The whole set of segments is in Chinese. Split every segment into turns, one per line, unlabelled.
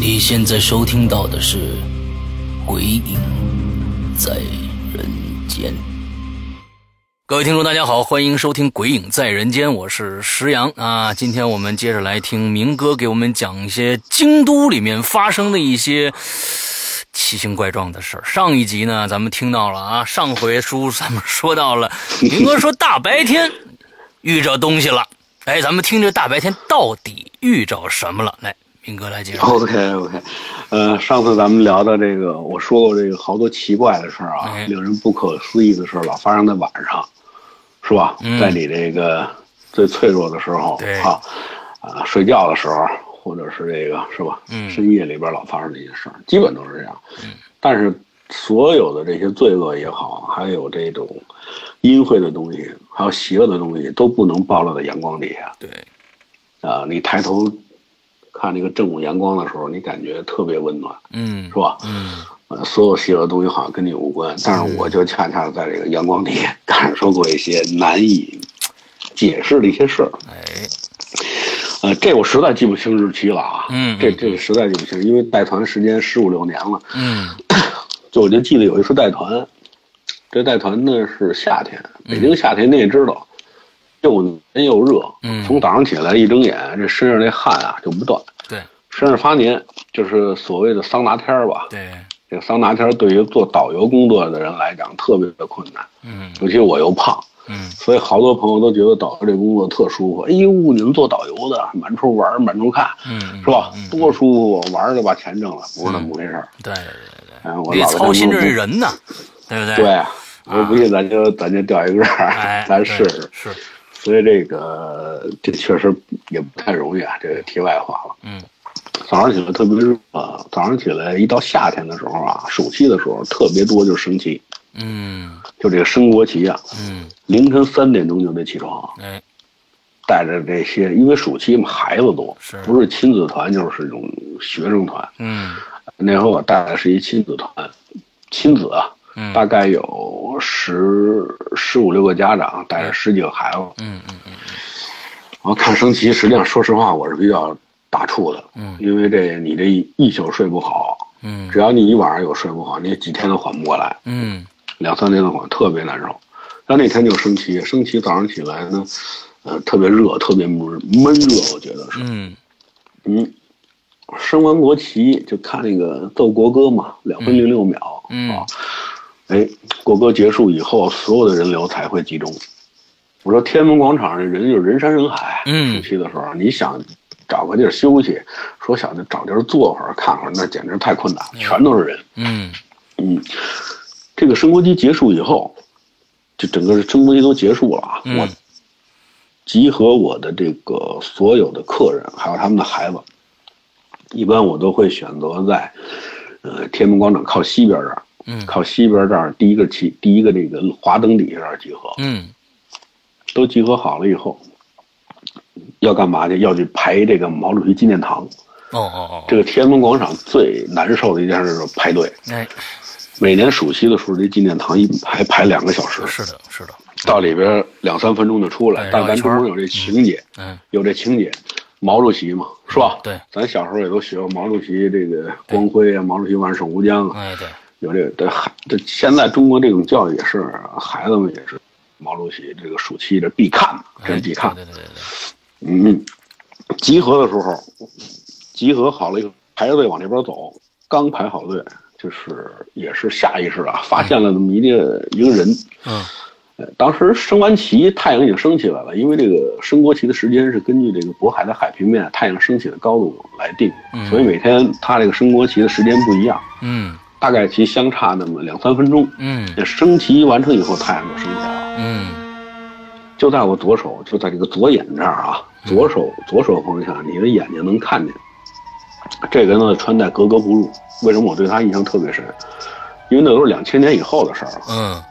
你现在收听到的是《鬼影在人间》。各位听众，大家好，欢迎收听《鬼影在人间》，我是石阳啊。今天我们接着来听明哥给我们讲一些京都里面发生的一些奇形怪状的事儿。上一集呢，咱们听到了啊，上回书咱们说到了，明哥说大白天遇着东西了，哎，咱们听这大白天到底遇着什么了？来，明哥来介绍。
OK OK，呃，上次咱们聊到这个，我说过这个好多奇怪的事儿啊，
嗯
令人不可思议的事儿老发生在晚上，是吧？
嗯
在你这个最脆弱的时候，
对
啊啊，睡觉的时候，或者是这个是吧？
嗯
深夜里边老发生这些事儿，基本都是这样。但是所有的这些罪恶也好，还有这种阴晦的东西，还有邪恶的东西，都不能暴露在阳光底下。
对，
啊，你抬头看那个正午阳光的时候，你感觉特别温暖，
嗯
是，吧？
嗯，
呃，所有邪恶的东西好像跟你无关，但是我就恰恰在这个阳光里感受过一些难以解释的一些事儿。
哎，
呃，这我实在记不清日期了啊，
嗯
这这实在记不清，因为带团时间十五六年了，
嗯
就我就记得有一次带团，这带团呢是夏天，北京夏天你也知道，又难又热，
嗯
从早上起来一睁眼，这身上那汗啊就不断。
对
身上发黏，就是所谓的桑拿天儿吧。
对，
这个桑拿天儿对于做导游工作的人来讲特别的困难，
嗯
尤其我又胖，
嗯
所以好多朋友都觉得导游这工作特舒服。哎呦，你们做导游的满处玩儿满处看，
嗯，
是吧？
嗯，
多舒服，玩儿就把钱挣了，不是那么回事儿。
对对对对，
嗯，我
你得
老在
操心
这
这
儿不
人呢，对不对？
对，啊我不信咱就咱就掉一个儿，
哎，
咱试试
对。是，
所以这个这确实也不太容易啊，这个题外话了。
嗯
早上起来特别热，早上起来一到夏天的时候啊，暑期的时候特别多，就是升旗，
嗯
就这个升国旗啊，
嗯，
凌晨三点钟就得起床，
哎，
带着这些，因为暑期嘛孩子多
是，
不是亲子团就是这种学生团。
嗯
那会儿我带的是一亲子团，亲子啊，
嗯，
大概有十十五六个家长带着十几个孩子，
嗯嗯嗯
然后看升旗。实际上，说实话，我是比较打怵的，
嗯
因为这你这一一宿睡不好，
嗯
只要你一晚上有睡不好，你几天都缓不过来，
嗯
两三天都缓，特别难受。然后那天就升旗，升旗早上起来呢，呃，特别热，特别闷闷热，我觉得是。
嗯
嗯，升完国旗就看那个奏国歌嘛，两分零六秒。
嗯
啊，哎，国歌结束以后，所有的人流才会集中。我说天安门广场这人就是人山人海，
嗯
暑期的时候你想找个地儿休息，说想就找地儿坐会儿看会儿，那简直太困难，全都是人。
嗯
嗯，这个升国旗结束以后，就整个升国旗都结束了啊。
嗯
我集合我的这个所有的客人，还有他们的孩子，一般我都会选择在呃天安门广场靠西边这儿，
嗯
靠西边这儿第一个旗，第一个这个华灯底下这儿集合。
嗯
都集合好了以后，要干嘛去？要去排这个毛主席纪念堂。
哦哦
这
哦，
个天安门广场最难受的一件事就是排队。
哎，
每年暑期的时候，这纪念堂一排排两个小时，
是的，是的，
到里边两三分钟就出来
对。
但
哎绕
咱
一
中
圈儿
国有这情节，
嗯，
有这情节，毛主席嘛，是吧？
对，
咱小时候也都学过毛主席这个光辉啊，毛主席万寿无疆啊，
哎对，
有这个。这孩这现在中国这种教育也是，孩子们也是毛主席这个暑期这必看，这是必看。
哎对对对对，
嗯，集合的时候，集合好了以后排着队往这边走，刚排
哎
好队，就是也是下意识啊，发现了这么一个一个人，
嗯
呃当时升完旗，太阳已经升起来了，因为这个升国旗的时间是根据这个渤海的海平面、太阳升起的高度来定
嗯，
所以每天它这个升国旗的时间不一样，
嗯
大概其相差那么两三分钟。
嗯
升旗完成以后，太阳就升起来了。
嗯
就在我左手，就在这个左眼这儿啊，左手左手方向，你的眼睛能看见。这个呢，穿戴格格不入。为什么我对他印象特别深？因为那都是两千年以后的事儿了。
嗯，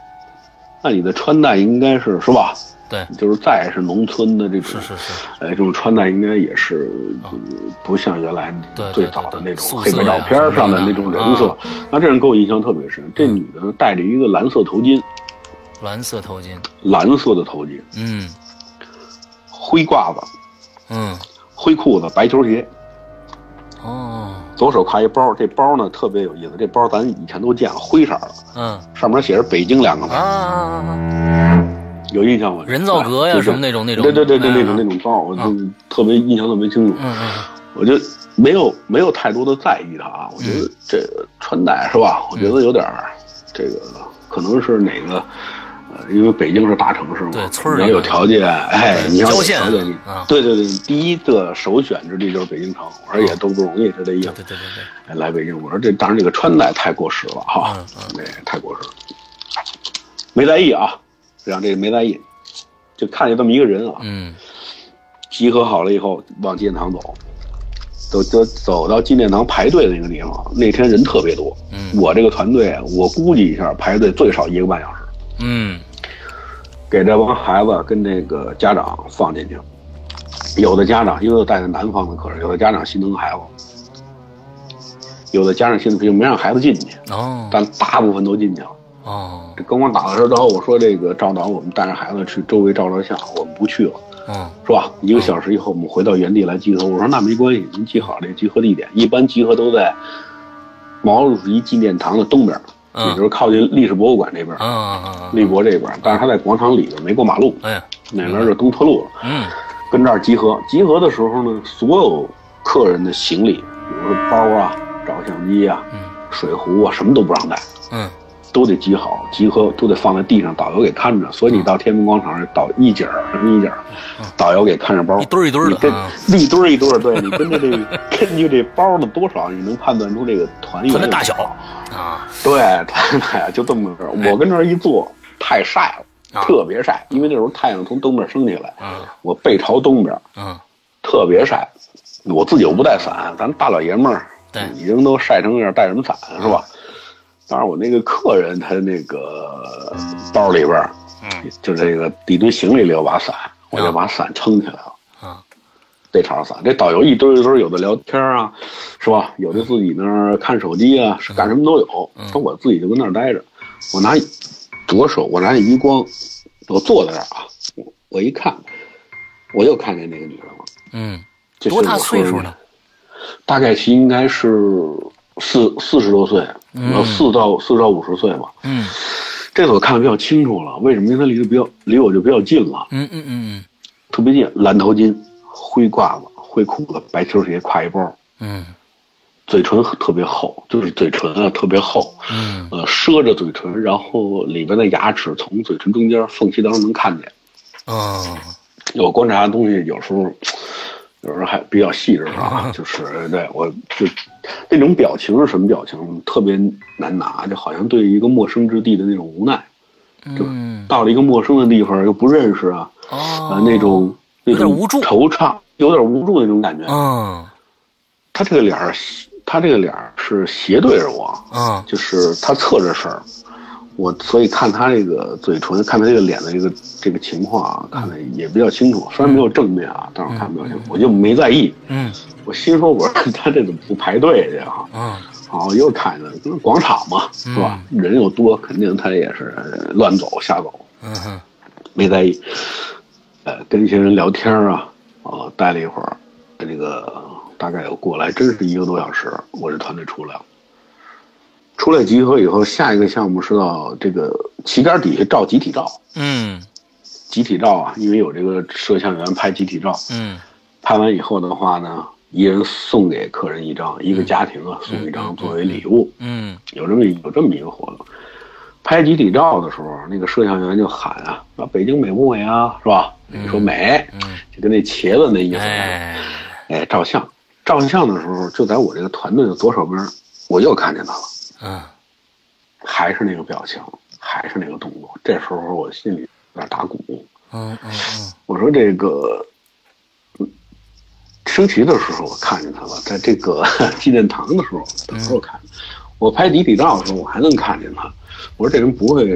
那你的穿戴应该是是吧？
对，
就是再是农村的这
是，
种
是是，
呃，这种穿戴应该也是
啊
嗯不像原来
对对
最早的
对
那
对
种黑
素
白
色呀
照片上的那种人
啊嗯
设。那这人给我印象特别深。这女的呢戴着一个蓝色头巾，
蓝色头巾，
蓝色的头巾，
嗯
灰褂子，
嗯
灰裤子，白球鞋。
哦
左手挎一包，这包呢特别有意思，这包咱以前都见过，灰色的，
嗯
上面写着“北京”两个
啊
字，
啊啊，
有印象吗？
人造革呀
对
什么那种那种
对对对对，
嗯
那种那种包，我就特别印象特别清楚，
嗯嗯
我就没有没有太多的在意它啊，我觉
嗯
得这个穿戴是吧？我觉得有点儿这个可能是哪个。呃，因为北京是大城市嘛，
对村儿
你要
里
有条件，哎，你要
郊
有
县
条件，你
啊
对对对，第一个首选之地就是北京城，我说也都不容易，就这意思
嗯
哎
对。对对对对，
来北京，我说这当然这个穿戴太过时了哈
嗯，
那、太过时了，没在意啊，然后这个没在意，就看见这么一个人啊，
嗯
集合好了以后往纪念堂走，走走走到纪念堂排队的那个地方，那天人特别多，
嗯
我这个团队我估计一下排队最少一个半小时，
嗯
给这帮孩子跟这个家长放进去，有的家长因为我带的南方的客人，有的家长心疼孩子，有的家长心疼就没让孩子进去。
哦
但大部分都进去了。
哦
这跟我打了折之后，我说这个赵导，我们带着孩子去周围照照相，我们不去了，
哦
是吧？一个小时以后，我们回到原地来集合。我说那没关系，您记好这集合地点，一般集合都在毛主席纪念堂的东边，也就
嗯
是靠近历史博物馆这边
啊，啊啊，
立国这边。但是他在广场里边没过马路，
哎呀
那边就东特路了。
嗯
跟这儿集合，集合的时候呢，所有客人的行李，比如说包啊、照相机啊、
嗯
水壶啊，什么都不让带。
嗯
都得集好，集合都得放在地上，导游给看着。所以你到天安门广场是导一景儿什么一景儿
嗯，
导游给看着包，
一堆儿一堆儿的
你跟
啊
一堆儿一堆儿，对你根据这个根据这包的多少，你能判断出这个团员
团的大小。啊
对，团的就这么个事儿。我跟这儿一坐，太晒了，
啊
特别晒，因为那时候太阳从东边升起来，
嗯
我背朝东边，
嗯
特别晒。我自己又不带伞，咱大老爷们儿
对嗯
已经都晒成这样，带什么伞啊是吧？当然，我那个客人他那个包里边儿
嗯
就这个一堆行李里有把伞，我就把伞撑起来了，
啊
背朝伞。这导游一堆一堆，有的聊天啊，是吧？有的自己那儿看手机啊，是干什么都有
嗯。
那我自己就跟那儿待着，我拿左手，我拿余光，我坐在那儿啊，我我一看，我又看见那个女人了。
嗯，
这是
多大
我说的
岁数呢？
大概其应该是四四十多岁，
嗯
呃，四到四到五十岁吧。
嗯
这次我看的比较清楚了，为什么？因为他离得比较离我就比较近了，
嗯嗯嗯
特别近。蓝头巾、灰褂子、灰裤子、白球鞋，挎一包，
嗯
嘴唇特别厚，就是嘴唇啊特别厚，
嗯
呃，遮着嘴唇，然后里边的牙齿从嘴唇中间缝隙当中能看见。
嗯
我观察的东西有时候，有时候还比较细致 啊，就是对我就那种表情是什么表情，特别难拿，就好像对一个陌生之地的那种无奈。
嗯
到了一个陌生的地方又不认识啊，
哦
呃，那种那
有点
种
无助
惆怅，有点无助那种感觉。
嗯
他这个脸儿，他这个脸儿是斜对着我，
嗯
就是他侧着身儿。我所以看他这个嘴唇，看他这个脸的这个这个情况啊，看的也比较清楚。虽然没有正面啊，但是我看比较清楚，我就没在意。
嗯
我心说，我说 他这怎么不排队去啊？
嗯
好，我又看见就是广场嘛，是吧？人又多，肯定他也是乱走瞎走，
嗯
没在意。呃，跟一些人聊天啊，啊，待了一会儿，这个大概有过来，真是一个多小时，我这团队出来了。出来集合以后，下一个项目是到这个旗杆底下照集体照，
嗯
集体照啊，因为有这个摄像员拍集体照，
嗯
拍完以后的话呢，一人送给客人一张，一个家庭啊送一张作为礼物，
嗯
有这么一有这么一个活动。拍集体照的时候，那个摄像员就喊啊，说北京美不美啊，是吧？说美，就跟那茄子那意思。
哎，
哎，照相，照相的时候就在我这个团队的左手边，我又看见他了，
嗯，
还是那个表情，还是那个动作。这时候我心里有点打鼓，
嗯嗯嗯，
我说这个嗯升旗的时候我看见他了，在这个 纪念堂的时候，等
嗯
时候看，我拍集体照的时候我还能看见他。我说这人不会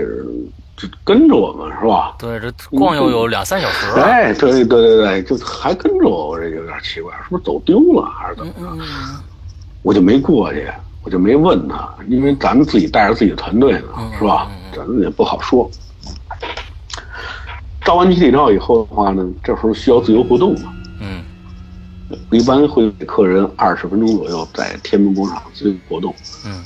就跟着我们是吧？
对，这逛悠悠两三小时了，
哎，对对对对，就还跟着我，我这有点奇怪，是不是走丢了还是怎么着？
嗯嗯
我就没过去，我就没问他，因为咱们自己带着自己的团队呢，
嗯
是吧
嗯？
咱们也不好说。照完集体照以后的话呢，这时候需要自由活动嘛，
嗯
一般会给客人二十分钟左右在天安门广场自由活动，
嗯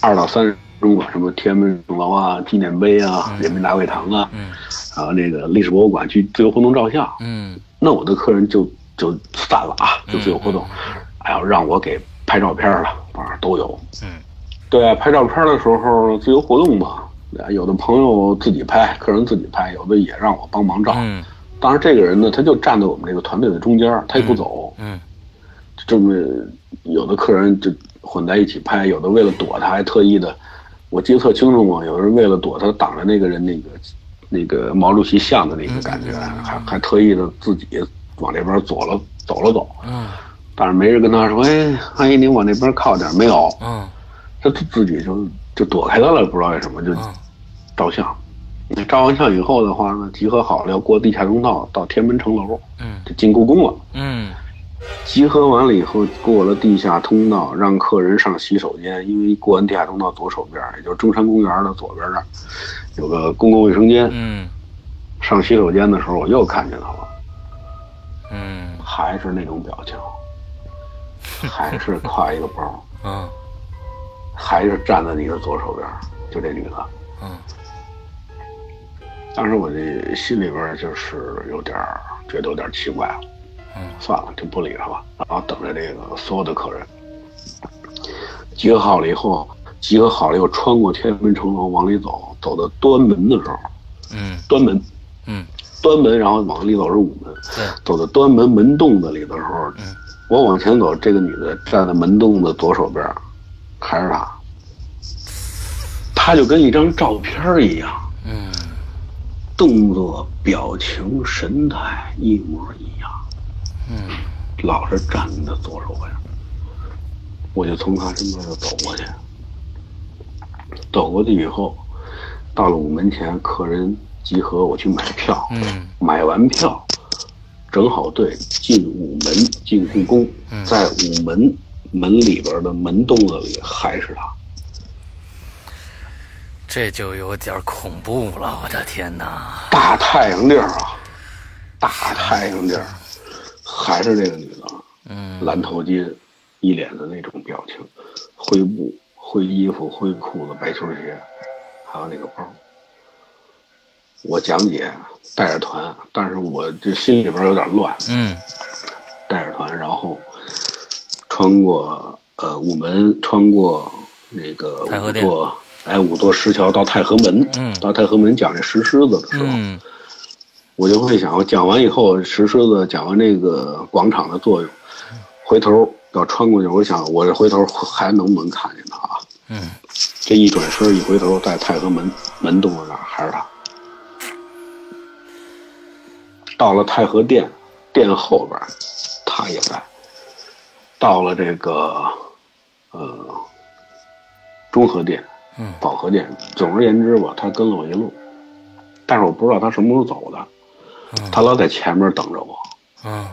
二到三十分钟吧，什么天安门钟楼啊、纪念碑啊、人民大会堂啊，
嗯
然后那个历史博物馆去自由活动照相。
嗯
那我的客人就就散了啊，就自由活
嗯
动，哎呀，让我给拍照片了，反正都有。
嗯
对，啊拍照片的时候自由活动嘛，啊有的朋友自己拍，客人自己拍，有的也让我帮忙照。
嗯
当然，这个人呢，他就站在我们这个团队的中间，他也不走，
嗯
就这么有的客人就混在一起拍，有的为了躲他还特意的，我记得特清楚嘛，有人为了躲他挡着那个人那个那个毛主席像的那个感觉，还还特意的自己往那边走了走了走，
嗯
但是没人跟他说，哎，阿姨您往那边靠点儿，没有，
嗯
他自自己就就躲开他了，不知道为什么就
嗯
照相。那照完相以后的话呢，集合好了要过地下通道到天安门城楼，
嗯
就进故宫了。
嗯
集合完了以后，过了地下通道，让客人上洗手间，因为过完地下通道左手边，也就是中山公园的左边这儿，有个公共卫生间。
嗯
上洗手间的时候，我又看见他了，
嗯
还是那种表情，还是挎一个包，
嗯
还是站在你的左手边，就这女的。
嗯
当时我这心里边就是有点儿觉得有点儿奇怪，
嗯，
算了，就不理他吧。然后等着这个所有的客人集合好了以后，集合好了以后，穿过天安门城楼往里走，走到端门的时候，
嗯
端门，
嗯，
端门，然后往里走是午门，
对，
走到端门门洞子里的时候，
嗯
我往前走，这个女的站在门洞的左手边，还是她，她就跟一张照片儿一样。
嗯
动作、表情、神态一模一样，
嗯
老是站你的左手边。我就从他身边就走过去，走过去以后，到了午门前，客人集合，我去买票，
嗯
买完票，整好队进午门，进故宫，
嗯
在午门门里边的门洞子里还是他。
这就有点恐怖了，我的天哪！
大太阳地儿啊，大太阳地儿，还是那个女的，
嗯
蓝头巾，一脸的那种表情，灰布、灰衣服、灰裤子、白球鞋，还有那个包。我讲解带着团，但是我这心里边有点乱，
嗯
带着团，然后穿过呃午门，穿过那个
太和
五
殿
座，哎五座石桥到太和门，
嗯
到太和门讲这石狮子的时候。
嗯
我就会想，我讲完以后，石狮子讲完这个广场的作用，回头要穿过去，我想我这回头还能不能看见他啊？
嗯，
这一转身一回头，在太和门门洞那儿还是他。到了太和殿，殿后边儿他也在。到了这个呃中和殿，
嗯
保和殿，总而言之吧，他跟了我一路，但是我不知道他什么时候走的，
嗯
他老在前面等着我。
嗯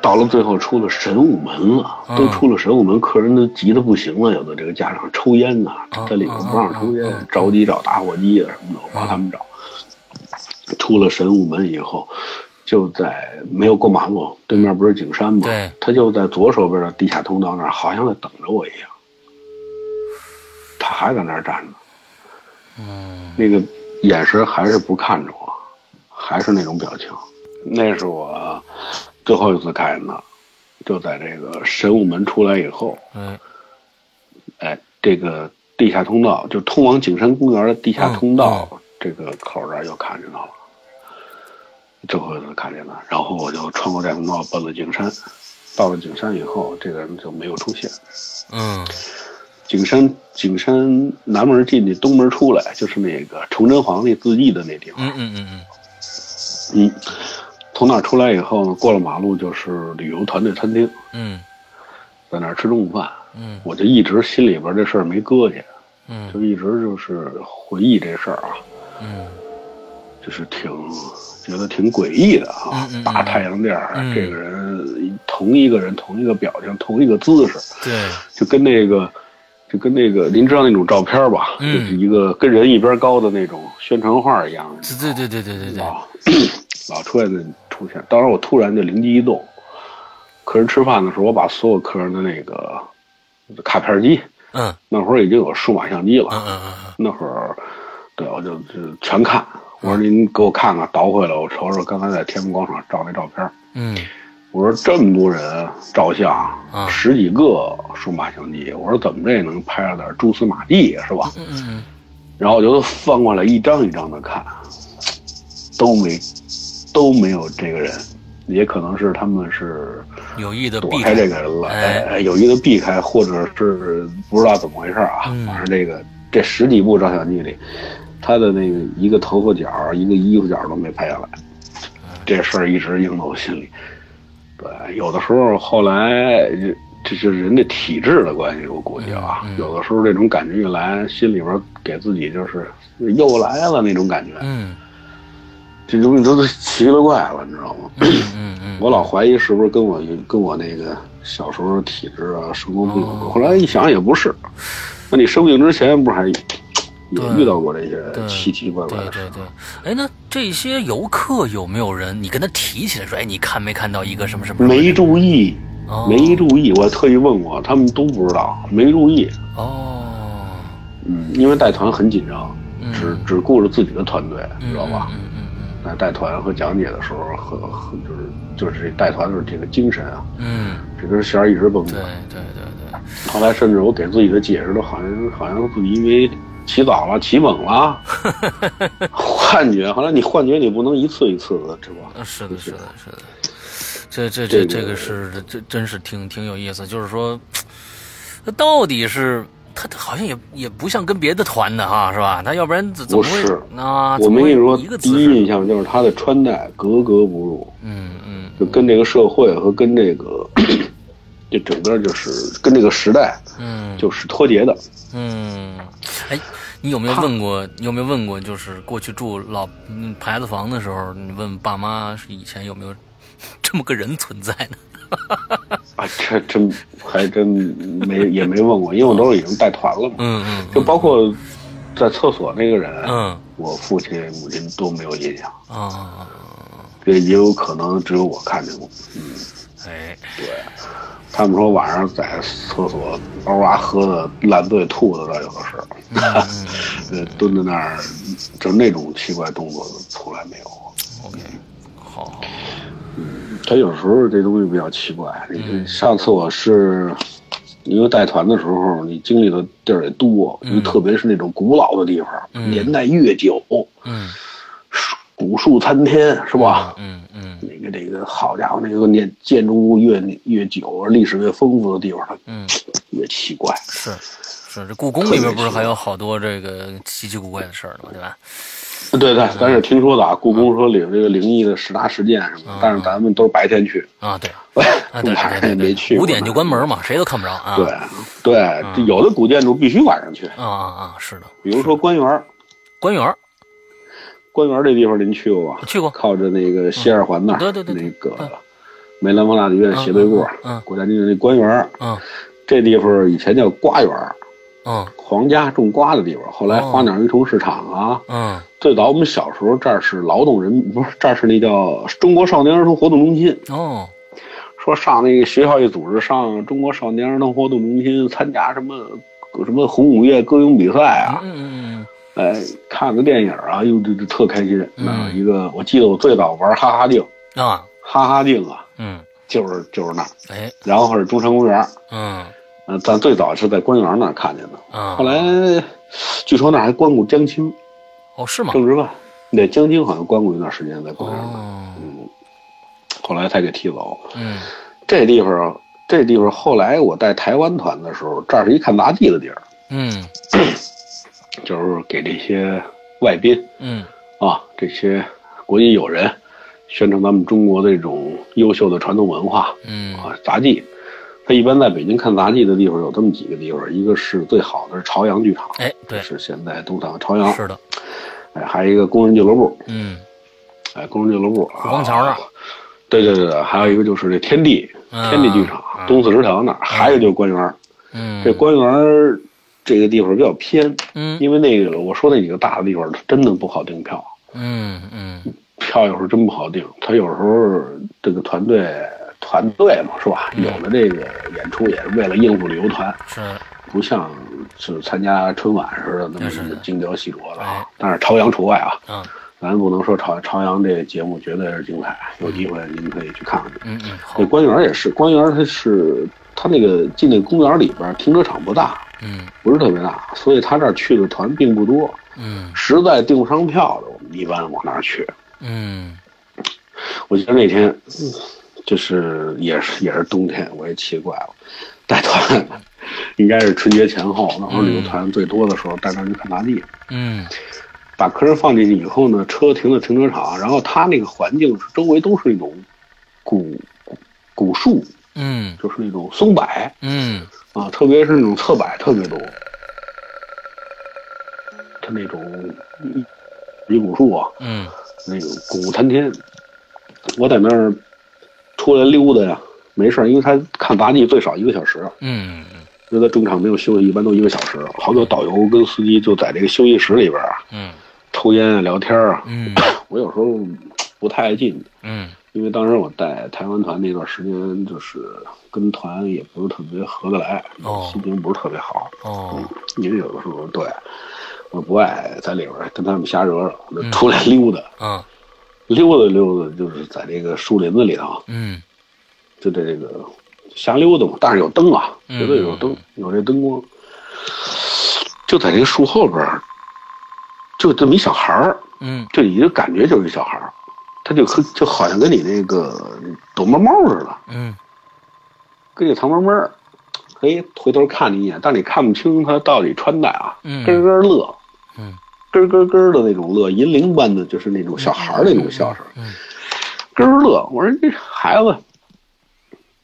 到了最后出了神武门了，
嗯
都出了神武门，客人都急得不行了，有的这个家长抽烟呐、
嗯
在里头不让抽
嗯
烟
嗯嗯，
着急找打火机啊什么的，我帮他们找。出了神武门以后，就在没有过马路，对面不是景山吗
对？
他就在左手边的地下通道那儿，好像在等着我一样。他还在那儿站着，
嗯
那个眼神还是不看着我，还是那种表情。那是我最后一次看见他，就在这个神武门出来以后，
嗯
哎，这个地下通道，就通往景山公园的地下
嗯
通道、这个口儿这儿又看见他了，这回是看见了。然后我就穿过太空道奔了景山，到了景山以后，这个人就没有出现。
嗯
景山景山南门进去，东门出来，就是那个崇祯皇帝自缢的那地方。
嗯嗯嗯
嗯，从那儿出来以后呢，过了马路就是旅游团队餐厅，
嗯
在那儿吃中午饭。
嗯
我就一直心里边这事儿没搁下，
嗯
就一直就是回忆这事儿啊，
嗯
就是挺觉得挺诡异的啊
嗯嗯嗯。
大太阳底儿，
嗯
这个人同一个人同一个表情同一个姿势，
对，
就跟那个，就跟那个，您知道那种照片吧？
嗯
就是一个跟人一边高的那种宣传画一样，
对对对对对对对，
老老出现的出现。当时我突然就灵机一动，客人吃饭的时候，我把所有客人的那个卡片机，
嗯
那会儿已经有数码相机了，
嗯嗯
那会儿，对，我就就全看。我说您给我看看，倒回来我瞅瞅刚才在天安门广场照那照片儿。
嗯
我说这么多人照相，
啊
十几个数码相机，我说怎么这也能拍着点蛛丝马迹是吧？
嗯嗯
然后我就翻过来一张一张的看，都没都没有这个人，也可能是他们是
嗯，有意的
躲
避
开
开
这个人了，
哎
哎，有意的避开，或者是不知道怎么回事啊。
嗯
反正这个这十几部照相机里，他的那个一个头发角、一个衣服角都没拍下来，
嗯
这事儿一直萦在我心里。对，有的时候后来这这就是人的体质的关系，我估计啊，
嗯嗯
有的时候这种感觉一来，心里边给自己就是又来了那种感觉，
嗯
这东西都是奇了怪了，你知道吗？
嗯嗯，
我老怀疑是不是跟我跟我那个小时候体质啊、生活不有关。
哦
后来一想也不是，那你生病之前不是还也遇到过这
对
些奇奇怪怪
对
的事
对
儿？
对，哎，那这些游客有没有人你跟他提起来说，哎，你看没看到一个什么什么？
没注意，
哦
没注意，我特意问过，他们都不知道，没注意。
哦，
嗯，因为带团很紧张，
嗯
只只顾着自己的团队，你知道吧？
嗯嗯
那带团和讲解的时候，和和就是就是这带团的这个精神啊，
嗯嗯，
这根弦儿一直绷
对
着。
对对对，
后来甚至我给自己的解释都好像好像自己因为起早了、起 猛了，幻觉。后来你幻觉你不能一次一次的，是吧？
啊，是的，是的，是的。这这这这个是这真是挺挺有意思，就是说，他到底是他他好像也也不像跟别的团的哈，是吧？他要不然怎怎么会
不是
啊？
我
怎么
们
会
跟你说，
一个
第
姿
一
势，
印象就是他的穿戴格格不入，
嗯嗯
就跟这个社会和跟这个，就整个就是跟这个时代
嗯，
就是脱节的。
嗯，哎，你有没有问过？你有没有问过？就是过去住老嗯牌子房的时候，你问爸妈是以前有没有这么个人存在呢？
啊，这真还真没也没问过，因为我都是已经带团了嘛，
嗯嗯
就包括在厕所那个人，
嗯
我父亲母亲都没有印象。
啊啊，
这也有可能只有我看见过。
哎，
他们说晚上在厕所嗷哇喝的烂醉吐的，倒有的是，哈哈， 呃，蹲在那儿，就那种奇怪动作从来没有过。
，OK，好，好，
他有时候这东西比较奇怪。你上次我是因为带团的时候，你经历的地儿也多，因为特别是那种古老的地方，年代越久，
嗯
古树参天，是吧？
嗯嗯
那个这个，好家伙，那个年建筑物越越久，历史越丰富的地方，它
嗯，
越奇怪。
是是，这故宫里面不是还有好多这个稀奇古怪的事儿呢吗？对吧？
对对，咱是听说的啊，故宫说里有这个灵异的十大事件什么的，但是咱们都是白天去，
啊，对，啊对
晚
对
上也
对
没去
对，
过呢。
五点就关啊门嘛，谁都看不着啊。
对对，这有的古建筑必须晚上去，
啊啊啊，是的，
比如说官园儿，
官园儿
官园儿这地方您去过吧？
去过
靠着那个西二环那儿，
哦嗯对对对对
那个梅兰芳大剧院斜对过，
嗯嗯嗯
国家军的那官园儿，
嗯
这地方以前叫瓜园儿，
嗯
皇家种瓜的地方，后来
哦
花鸟鱼虫市场啊。
嗯，
最早我们小时候这儿是劳动人， 不是这儿是那叫中国少年儿童活动中心。
哦，
说上那个学校一组织上中国少年儿童活动中心参加什么什么红五月歌咏比
嗯
赛啊，
嗯嗯
哎，看个电影啊，哟，这这特开心。
嗯
那一个，我记得我最早玩哈哈镜，
嗯啊，
哈哈镜啊，
嗯，
就是就是那儿，
哎，
然后是中山公园，
嗯
呃，咱最早是在官员那儿看见的，
啊，
后来据说那儿还关过江青
哦是吗？
政治犯，对，江青好像关过一段时间在官员那儿，
哦，
后来才给踢走。
嗯
这地方，这地方后来我带台湾团的时候，这儿是一看杂技的地儿，
嗯
就是给这些外宾
嗯
啊，这些国际友人宣传咱们中国的这种优秀的传统文化
嗯
啊，杂技。他一般在北京看杂技的地方有这么几个地方，一个是最好的是朝阳剧场，
哎对
是啊现在东厂朝阳，
是的，
哎，还有一个工人俱乐部，
嗯
哎，工人俱乐部，虎
虎坊桥那儿
对对对对，还有一个就是这天地
啊
天地剧场，
啊
东四食堂那儿，还有就是官园儿，
嗯
这官园儿这个地方比较偏，
嗯
因为那个我说那几个大的地方真的不好订票，
嗯嗯
票有时候真不好订。他有时候这个团队团队嘛，是
嗯
吧？有的这个演出也是为了应付旅游团，
是
不像是参加春晚似的那
是
么
的
精雕细琢的
哎
啊。但是朝阳除外啊，
啊
咱不能说朝朝阳这节目绝对是精彩，有机会您可以去看看去。
嗯嗯好
那官园也是，官园它是它那个进那公园里边停车场不大，
嗯
不是特别大，所以他这儿去的团并不多。
嗯
实在订不上票的，我们一般往那儿去。
嗯
我记得那天，嗯就是也是也是冬天，我也奇怪了，带团 应该是春节前后，那时候旅游团最多的时候，带团去看大地，
嗯
把客人放进去以后呢，车停在停车场，然后它那个环境是周围都是那种古古古树，
嗯
就是那种松柏
嗯
啊，特别是那种侧柏特别多，它那种一一古树啊，
嗯
那个古谈天，我在那儿出来溜达呀，没事儿，因为他看杂技最少一个小时，啊
嗯
因为他中场没有休息，一般都一个小时。啊好多导游跟司机就在这个休息室里边啊，
嗯
抽烟啊、聊天啊。
嗯
我有时候不太爱进，
嗯
因为当时我带台湾团那段时间，就是跟团也不是特别合得来
哦，
心情不是特别好，
哦
因为有的时候对我不爱在里边儿跟他们瞎惹惹，我就
嗯
出来溜达。
啊
溜达溜达，就是在这个树林子里头，
嗯
就在这个瞎溜达嘛。但是有灯啊，
嗯
绝对有灯，有这灯光。就在这个树后边儿，就这么一小孩儿，
嗯
就你就感觉就是一小孩儿，他就和就好像跟你那个躲猫猫似的，
嗯
跟你藏猫猫儿。哎，回头看你一眼，但你看不清他到底穿戴啊，
嗯
咯咯乐，
嗯，
咯咯咯的那种乐，银铃般的，就是那种小孩儿那种笑声。
嗯
咯儿乐。我说这孩子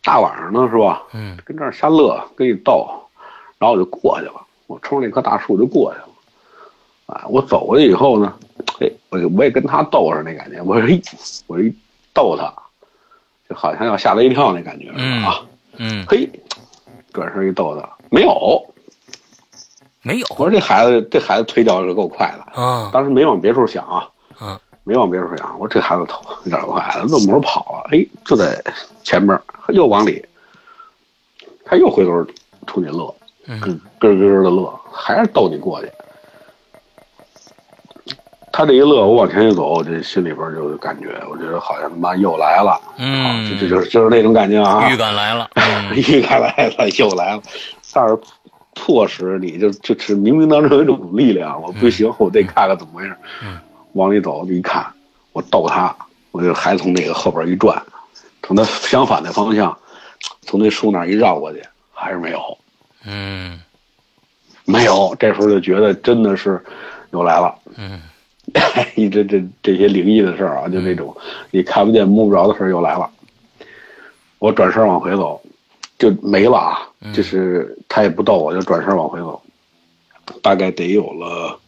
大晚上呢是吧，
嗯
跟这儿瞎乐，跟你逗，然后我就过去了，我冲着那棵大树就过去了。啊，我走过去以后呢，哎，我就我也跟他逗上那感觉，我说嘿我一逗他，就好像要吓他一跳那感觉似的啊。
嗯
嘿，转身一逗他，没有。
没有
我说这孩子，这孩子腿脚是够快的。
啊
当时没往别处想啊，
啊
没往别处想，我说这孩子头有点快，怎么跑了？哎，就在前边儿，又往里，他又回头冲你乐，
嗯
咯咯咯的乐，还是逗你过去。他这一乐，我往前一走，我这心里边儿就感觉，我觉得好像他妈又来了，
嗯
啊这这就是就是那种感觉啊，
预感来了 嗯
预感来了，又来了，但是迫使你就就是冥冥当中有一种力量，我不行，我得看看怎么回事。
嗯
往里走，一看，我逗他，我就还从那个后边一转，从他相反的方向，从那树那儿一绕过去，还是没有，
嗯
没有。这时候就觉得真的是又来了。
嗯
你这这这些灵异的事儿啊，就那种你看不见摸不着的事儿又来了。我转身往回走，就没了啊！就是他也不逗我，就转身往回走，大概得有了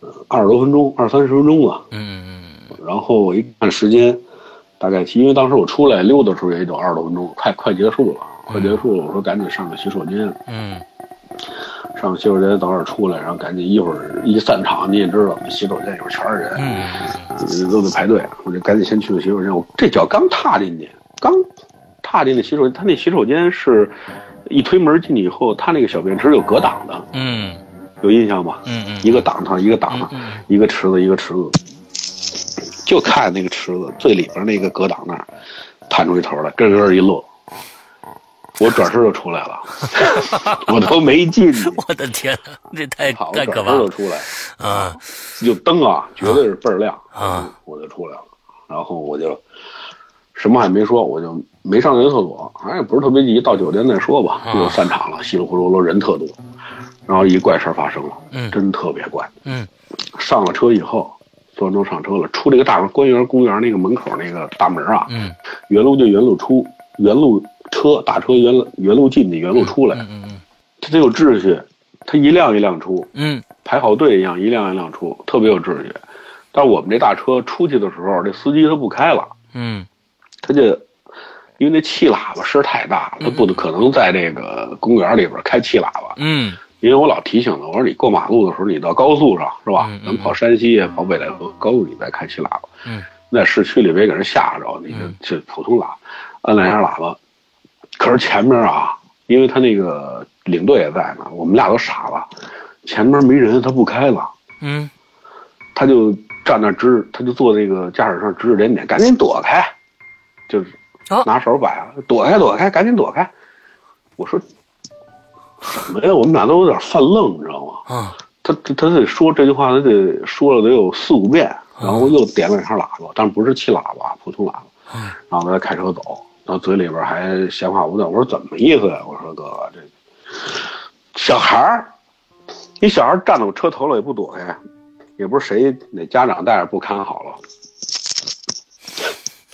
呃二十多分钟，二三十分钟吧。
嗯
然后我一看时间，大概因为当时我出来溜达的时候也就二十多分钟，快快结束了，啊快结束了。我说赶紧上个洗手间，
嗯
上洗手间早点出来，然后赶紧一会儿一散场，你也知道，洗手间里边全是人。啊
嗯
都得排队，我就赶紧先去了洗手间。我这脚刚踏进去，刚踏进那洗手间，他那洗手间是一推门进去以后，他那个小便池有隔挡的，
嗯
有印象吧？
嗯嗯
一个挡上，一个挡上，
嗯
一个池子，一个池子，就看那个池子最里边那个隔挡那儿探出一头来，咯咯一乐。我转身就出来了， 我都没进去。
我的天哪，这太
好，
太
转
可
身
怕了
就出来了，
啊！
有灯啊，绝对是倍儿亮
啊
嗯我就出来了，然后我就什么也没说，我就没上人厕所，反正也不是特别急，到酒店再说
啊
吧。又散场了，稀里糊涂人特多，然后一怪事儿发生了，
嗯
真特别怪。
嗯
上了车以后，所有人都上车了，出这个大官园公园那个门口那个大门啊，
嗯
原路就原路出，原路车大车原原路进去，原路出来，
嗯嗯
它得有秩序，它一辆一辆出，
嗯
排好队一样，一辆一辆出，特别有秩序。但是我们这大车出去的时候，这司机他不开了，
嗯
他就因为那气喇叭声太大，他不可能在这个公园里边开气喇叭。
嗯
因为我老提醒他，我说你过马路的时候，你到高速上是吧
嗯嗯？
咱跑山西啊，跑北戴河高速，你再开气喇叭。
嗯
在市区里别给人吓着，你
嗯
这这普通喇叭，按两下喇叭。可是前面啊，因为他那个领队也在呢，我们俩都傻了，前面没人，他不开了，
嗯
他就站那指，他就坐那个驾驶上指指点点，赶紧躲开，就是
啊
拿手摆啊，躲开躲开，赶紧躲开。我说什么呀？我们俩都有点犯愣，你知道吗？
啊
他他他得说这句话，他得说了得有四五遍，然后又点了一下喇叭，但不是气喇叭，普通喇叭，
嗯
然后他开车走，然后嘴里边还闲话不断。我说怎么意思呀？我说哥，这小孩儿，你小孩儿站在我车头了也不躲开，也不是谁哪家长带着不看好了，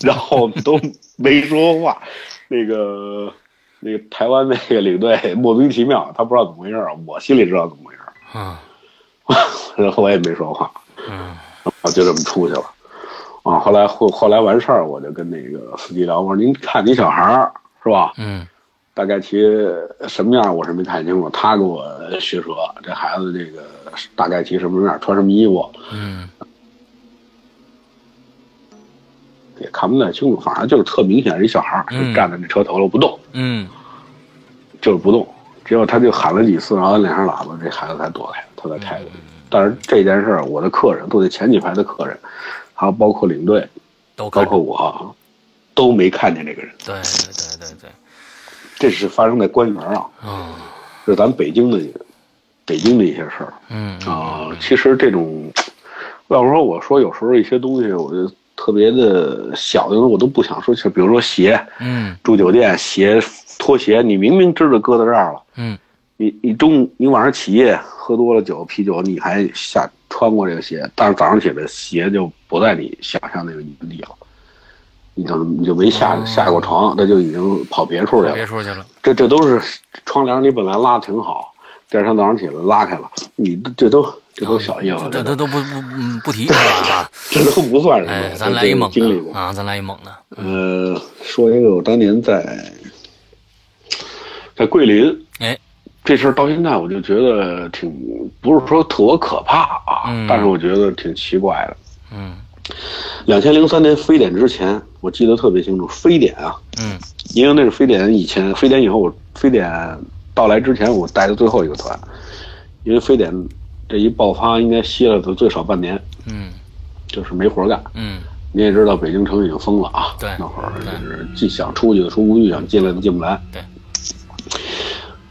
然后我们都没说话，那个。那个台湾那个领队莫名其妙，他不知道怎么回事儿，我心里知道怎么回事儿。
啊
然后我也没说话，
嗯
啊，就这么出去了。啊，后来后后来完事儿，我就跟那个司机聊，我说您看你小孩儿是吧？
嗯
大概其什么样儿我是没看清楚，他给我学说这孩子这个大概其什么样儿，穿什么衣服
嗯
也看不太清楚，反正就是特明显是一小孩儿，就
嗯
站在那车头了不动，
嗯
就是不动。结果他就喊了几次，然后两声喇叭，这孩子才躲开，他才开
嗯
的。但是这件事儿，我的客人，坐在前几排的客人，还有包括领队，
都看
包括我，啊都没看见这个人。
对对对对对
这是发生在官员啊，
啊
这是咱北京的北京的一些事儿
嗯
啊、其实这种，要不说我说有时候一些东西，我就特别的小的我都不想说，就比如说鞋，
嗯
住酒店鞋拖鞋，你明明知道搁在这儿了，
嗯
你你中午你晚上起夜喝多了酒啤酒，你还下穿过这个鞋，但是早上起来鞋就不在你想象那个营地了。你就你就没下
哦
下过床，那就已经跑别处去了
别。说去了
这这都是窗帘，你本来拉挺好，第二天早上起来拉开了，你这都这都小意思，
这这
都
都不不不提啊
这都不算什么。
哎咱来一猛
经历过
的，啊咱来一猛的
呃，说一个我当年在在桂林
哎
这事儿，到现在我就觉得挺不是说特可怕啊，
嗯
但是我觉得挺奇怪的。
嗯
两千零三年非典之前，我记得特别清楚，非典啊，
嗯
因为那是非典以前，非典以后，我非典到来之前，我带的最后一个团，因为非典这一爆发，应该歇了最少半年，
嗯
就是没活干。
嗯
你也知道，北京城已经封了啊，
对
那会儿
对
就是既想出去的出不去，想进来的进不来。
对，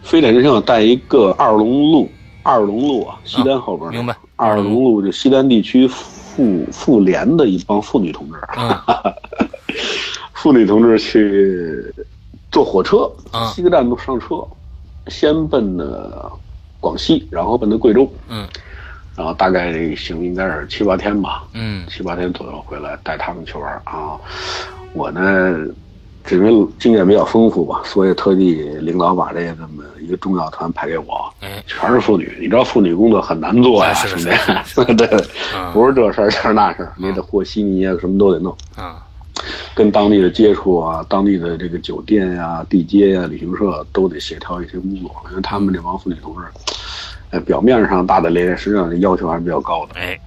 非典之前我带一个二龙路，二龙路啊，西单后边、
明白？
二龙路就西单地区妇妇联的一帮妇女同志，
嗯
妇女同志去坐火车
啊，
七个站都上车，先奔的广西，然后奔的贵州，
嗯
然后大概这一行应该是七八天吧，
嗯
七八天左右回来带他们去玩儿啊。我呢，这边经验比较丰富吧，所以特地领导把这个这么一个重要团派给我，
哎
全是妇女。你知道妇女工作很难做呀，
哎是
兄
是
弟
是，
对，
嗯
不是这事儿就是那事儿，你得和稀泥啊，什么都得弄。
啊
跟当地的接触啊，当地的这个酒店呀、地接呀、旅行社都得协调一些工作，因为他们这帮妇女同志，呃，表面上大大咧咧，实际上要求还是比较高的。
哎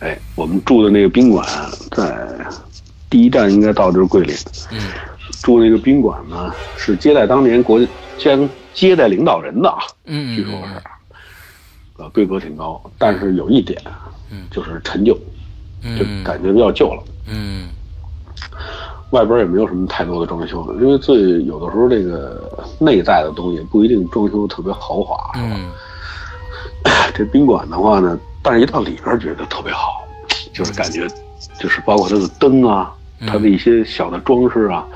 哎，我们住的那个宾馆在第一站应该到就是桂林，
嗯
住那个宾馆呢是接待当年国将接待领导人的啊，
嗯
据说是，呃，规格挺高，但是有一点
嗯，
就是陈旧，就
嗯
感觉比较旧了。
嗯
外边也没有什么太多的装修的，因为最有的时候这个内在的东西不一定装修特别豪华，是吧？
嗯，
这宾馆的话呢，但是一到里边儿觉得特别好，就是感觉，就是包括它的灯啊，它的一些小的装饰啊，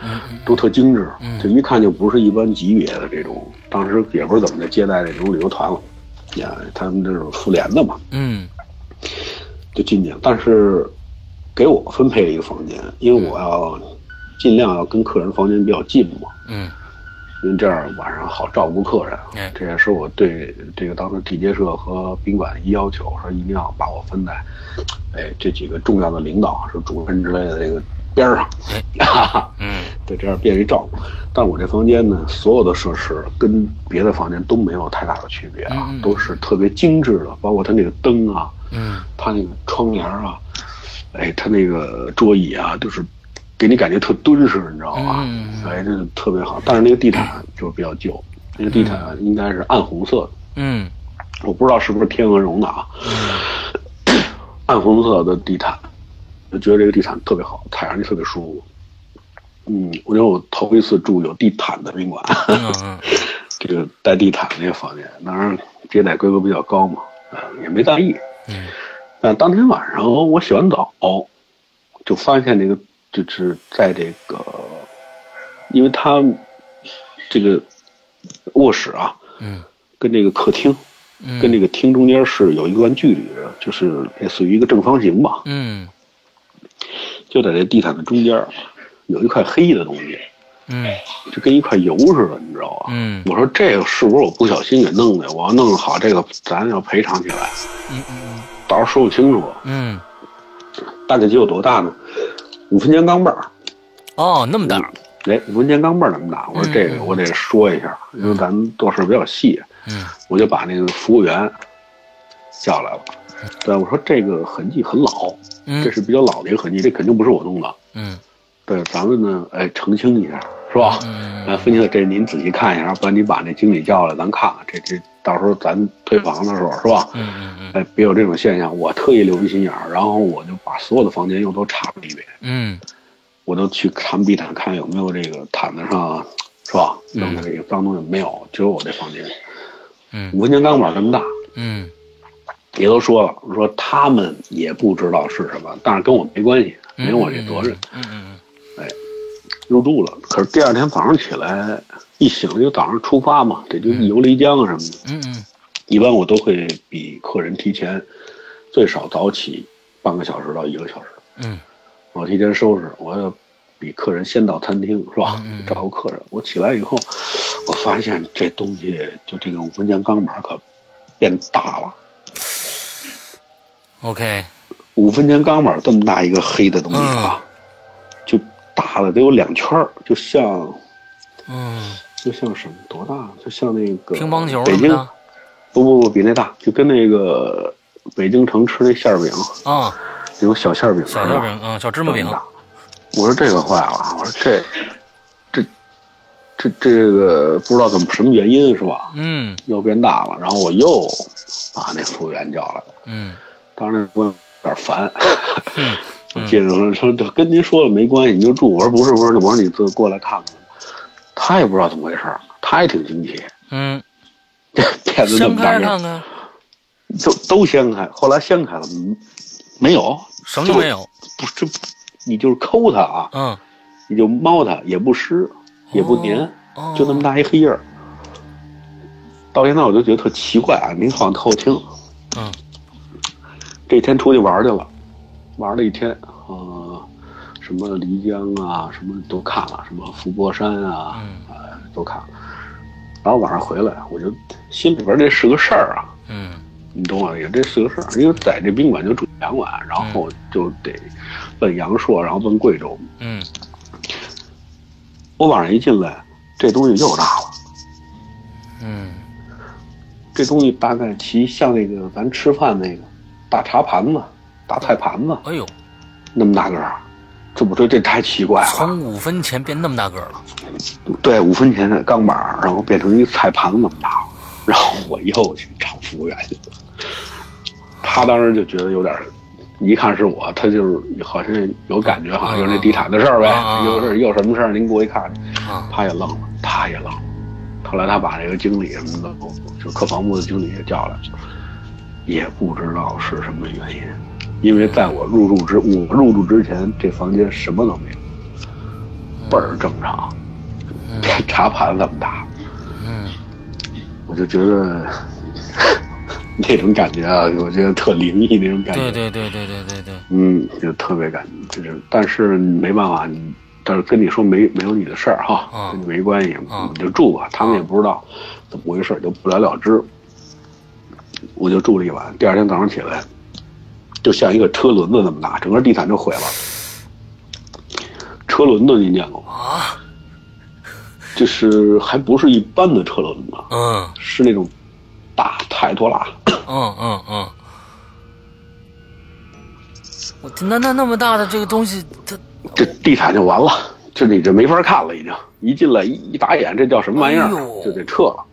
都特精致，就一看就不是一般级别的这种。当时也不知道怎么的接待这种旅游团了，呀，他们这种妇联的嘛，
嗯，
就进去了。但是给我分配了一个房间，因为我要尽量要跟客人房间比较近嘛，
嗯，
因为这样晚上好照顾客人啊
哎。
这也是我对这个当时地接社和宾馆的一要求，说一定要把我分在，哎，这几个重要的领导，啊是主任之类的这个边儿上，哈哈，
嗯，
对，这样便于照顾。但我这房间呢，所有的设施跟别的房间都没有太大的区别啊，
嗯嗯
都是特别精致的，包括它那个灯啊，
嗯，
它那个窗帘啊，哎，它那个桌椅啊，就是给你感觉特敦实，你知道吧？
嗯嗯嗯
哎，这特别好。但是那个地毯就是比较旧，那个地毯应该是暗红色的，
嗯，
我不知道是不是天鹅绒的啊。暗红色的地毯，就觉得这个地毯特别好，踩上去特别舒服。嗯，我觉得我头一次住有地毯的宾馆，
嗯，嗯，
这个带地毯那个房间，当然接待规格比较高嘛，呃，也没在意。
嗯，
但当天晚上我洗完澡，就发现这个就是在这个，因为它这个卧室啊，
嗯，
跟这个客厅，
嗯，
跟这个厅中间是有一段距离的，就是类似于一个正方形吧，
嗯，
就在这地毯的中间儿有一块黑的东西，
嗯，
就跟一块油似的，你知道吧？
嗯，
我说这个是不是我不小心给弄的？我要弄好这个，咱要赔偿起来，
嗯，嗯，
到时候说不清楚。
嗯，
大概得有多大呢？五分钱钢镚儿，
哦，那么大，
哎，五分钱钢镚儿那么大。我说这个我得说一下，因为咱们做事比较细，
嗯，
我就把那个服务员叫来了。对，我说这个痕迹很老，
嗯，
这是比较老的一个痕迹，这肯定不是我弄的。
嗯，
对，咱们呢，哎，澄清一下，是吧？
嗯，
啊，分清楚，这您仔细看一下，不然你把那经理叫来，咱看看，这这到时候咱退房的时候，是吧？
嗯，嗯，
哎，别有这种现象。我特意留一心眼儿，然后我就把所有的房间又都查了一遍，
嗯，
我都去看地毯，看有没有这个毯子上，是吧？扔的这个脏东西没有，只有我这房间，
嗯，
五分钱钢板这么大。
嗯，
也都说了，说他们也不知道是什么，但是跟我没关系，没有我这责任。，
嗯嗯，
入住了，可是第二天早上起来一醒就早上出发嘛，得就一游漓江啊什么的。
嗯嗯，
一般我都会比客人提前最少早起半个小时到一个小时，
嗯，
我提前收拾，我要比客人先到餐厅是吧
嗯嗯？
照顾客人。我起来以后，我发现这东西就这个五分钱钢板可变大了，
OK，
五分钱钢板这么大一个黑的东西
嗯
啊，就大了得有两圈儿，就像
嗯，
就像什么多大？啊就像那个
乒乓球
北
什么
京
的，
不不不，比那大，就跟那个北京城吃那馅儿饼，
啊，
那种小馅儿饼，
小馅饼，啊，小芝
这
麻
么
饼，
大。我说这个坏了，我说这这这这个不知道怎么什么原因是吧？
嗯
又变大了，然后我又把那服务员叫来了，
嗯
当时那服务员有点烦。
嗯
我接着说说跟您说了没关系，你就住。我说不是不是，我说你自过来看看。他也不知道怎么回事儿，他也挺惊奇，
嗯，
骗子那
掀
么大
开
个
看
儿，
看，
都都掀开，后来掀开了，嗯没有，
什么都没有，
不是，你就是抠它啊，
嗯，
你就猫它，也不湿，也不粘，
哦
就那么大一黑印儿。到现在我就觉得特奇怪啊，您好像偷听。
嗯
这天出去玩去了，玩了一天，呃，什么漓江啊，什么都看了，什么伏波山啊，
嗯
呃，都看了。然后晚上回来，我就心里边这是个事儿啊，
嗯
你懂我意思，这是个事儿，因为在这宾馆就住两晚，然后就得奔阳朔，然后奔贵州。
嗯
我晚上一进来，这东西又大了。
嗯
这东西大概其像那个咱吃饭那个大茶盘子、大菜盘子
哎呦，
那么大个儿，这我说这太奇怪了。
从五分钱变那么大个儿了，
对，五分钱的钢板儿，然后变成一菜盘子那么大了，然后我又去找服务员去了。他当时就觉得有点儿一看是我，他就是好像有感觉，好像有这地产的事儿呗，有事有什么事儿您过去看看。
啊
他也愣了，他也愣了。后来他把这个经理什么的，就客房部的经理也叫来了，也不知道是什么原因，因为在我入住之我入住之前，这房间什么都没有，倍儿正常。茶盘这么大，
嗯，
我就觉得。 那种感觉啊，我觉得特灵异那种感
觉。对对对对对对对。
嗯，就特别感，就是，但是没办法，你但是跟你说没没有你的事儿哈，
啊、
跟你没关系，
啊、
你就住吧。他们也不知道怎么回事，就不了了之。我就住了一晚，第二天早上起来，就像一个车轮子那么大，整个地毯就毁了。车轮子你见过吗？
啊，
就是还不是一般的车轮子，
嗯，
是那种。大太多了，
嗯嗯嗯，我那那那么大的这个东西，它
这地毯就完了，就你这没法看了，已经一进来一打眼，这叫什么玩意儿，
哎、
就得撤了。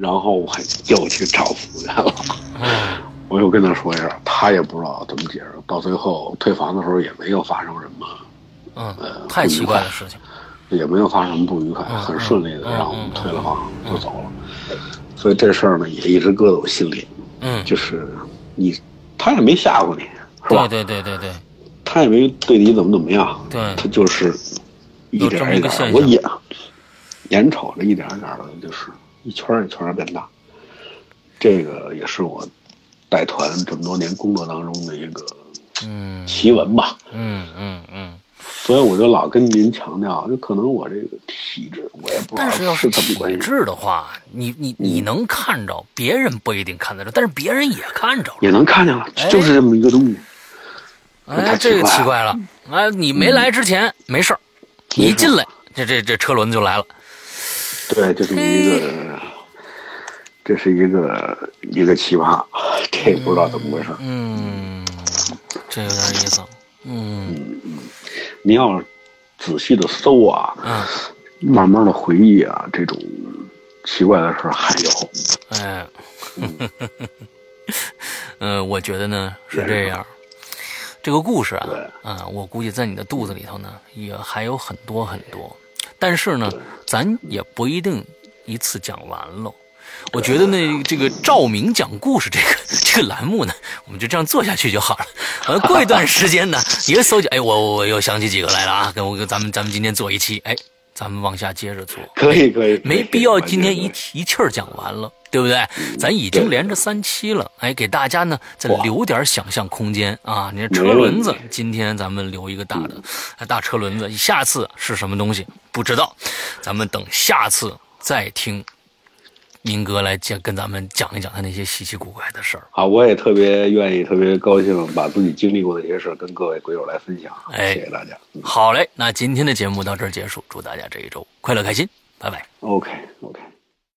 然后我还又去找服务员了，
嗯、
我又跟他说一下，他也不知道怎么解释。到最后退房的时候也没有发生什么，
嗯，
呃、
太奇怪的事情。
也没有发生什么不愉快，很顺利的让我们退了房就走了，所以这事儿呢也一直搁在我心里。
嗯，
就是你，他也没吓唬你，是吧？
对对对对对，
他也没对你怎么怎么样，
对，
他就是一点一点，我眼眼瞅着一点一点的，就是一圈一圈变大。这个也是我带团这么多年工作当中的一个
嗯
奇闻吧。
嗯嗯嗯。
所以我就老跟您强调，就可能我这个体质，我也不知道
但是要
是怎么嗯
体
关系。
质的话，你你你能看着，别人不一定看得着，但是别人也看着了。
也能看见了，就是这么一个东西。
哎，这个奇怪了。哎，你没来之前没事儿，你一进来，这这这车轮子就来了。
对，这是一个，这是一个一个奇葩，这也不知道怎么回事。
嗯，这有点意思。嗯
您要仔细的搜啊，
嗯，
慢慢的回忆啊，这种奇怪的事儿还有。
哎， 嗯，我觉得呢是这样。这个故事啊，啊，我估计在你的肚子里头呢，也还有很多很多。但是呢，咱也不一定一次讲完了。我觉得呢，这个照明讲故事这个这个栏目呢，我们就这样做下去就好了。呃，过一段时间呢，也搜集，哎，我我我又想起几个来了啊，跟我跟咱们咱们今天做一期，哎，咱们往下接着做。
可以可以，可以
没必要今天一一气儿讲完了，对不对？咱已经连着三期了，哎，给大家呢再留点想象空间啊！你这车轮子
没问，
今天咱们留一个大的，哎大车轮子，下次是什么东西不知道，咱们等下次再听明哥来讲，跟咱们讲一讲他那些稀奇古怪的事儿。
啊，我也特别愿意，特别高兴把自己经历过的一些事儿跟各位鬼友来分享。
哎
谢谢大家。嗯
好嘞，那今天的节目到这儿结束，祝大家这一周快乐开心，拜拜。
OK OK。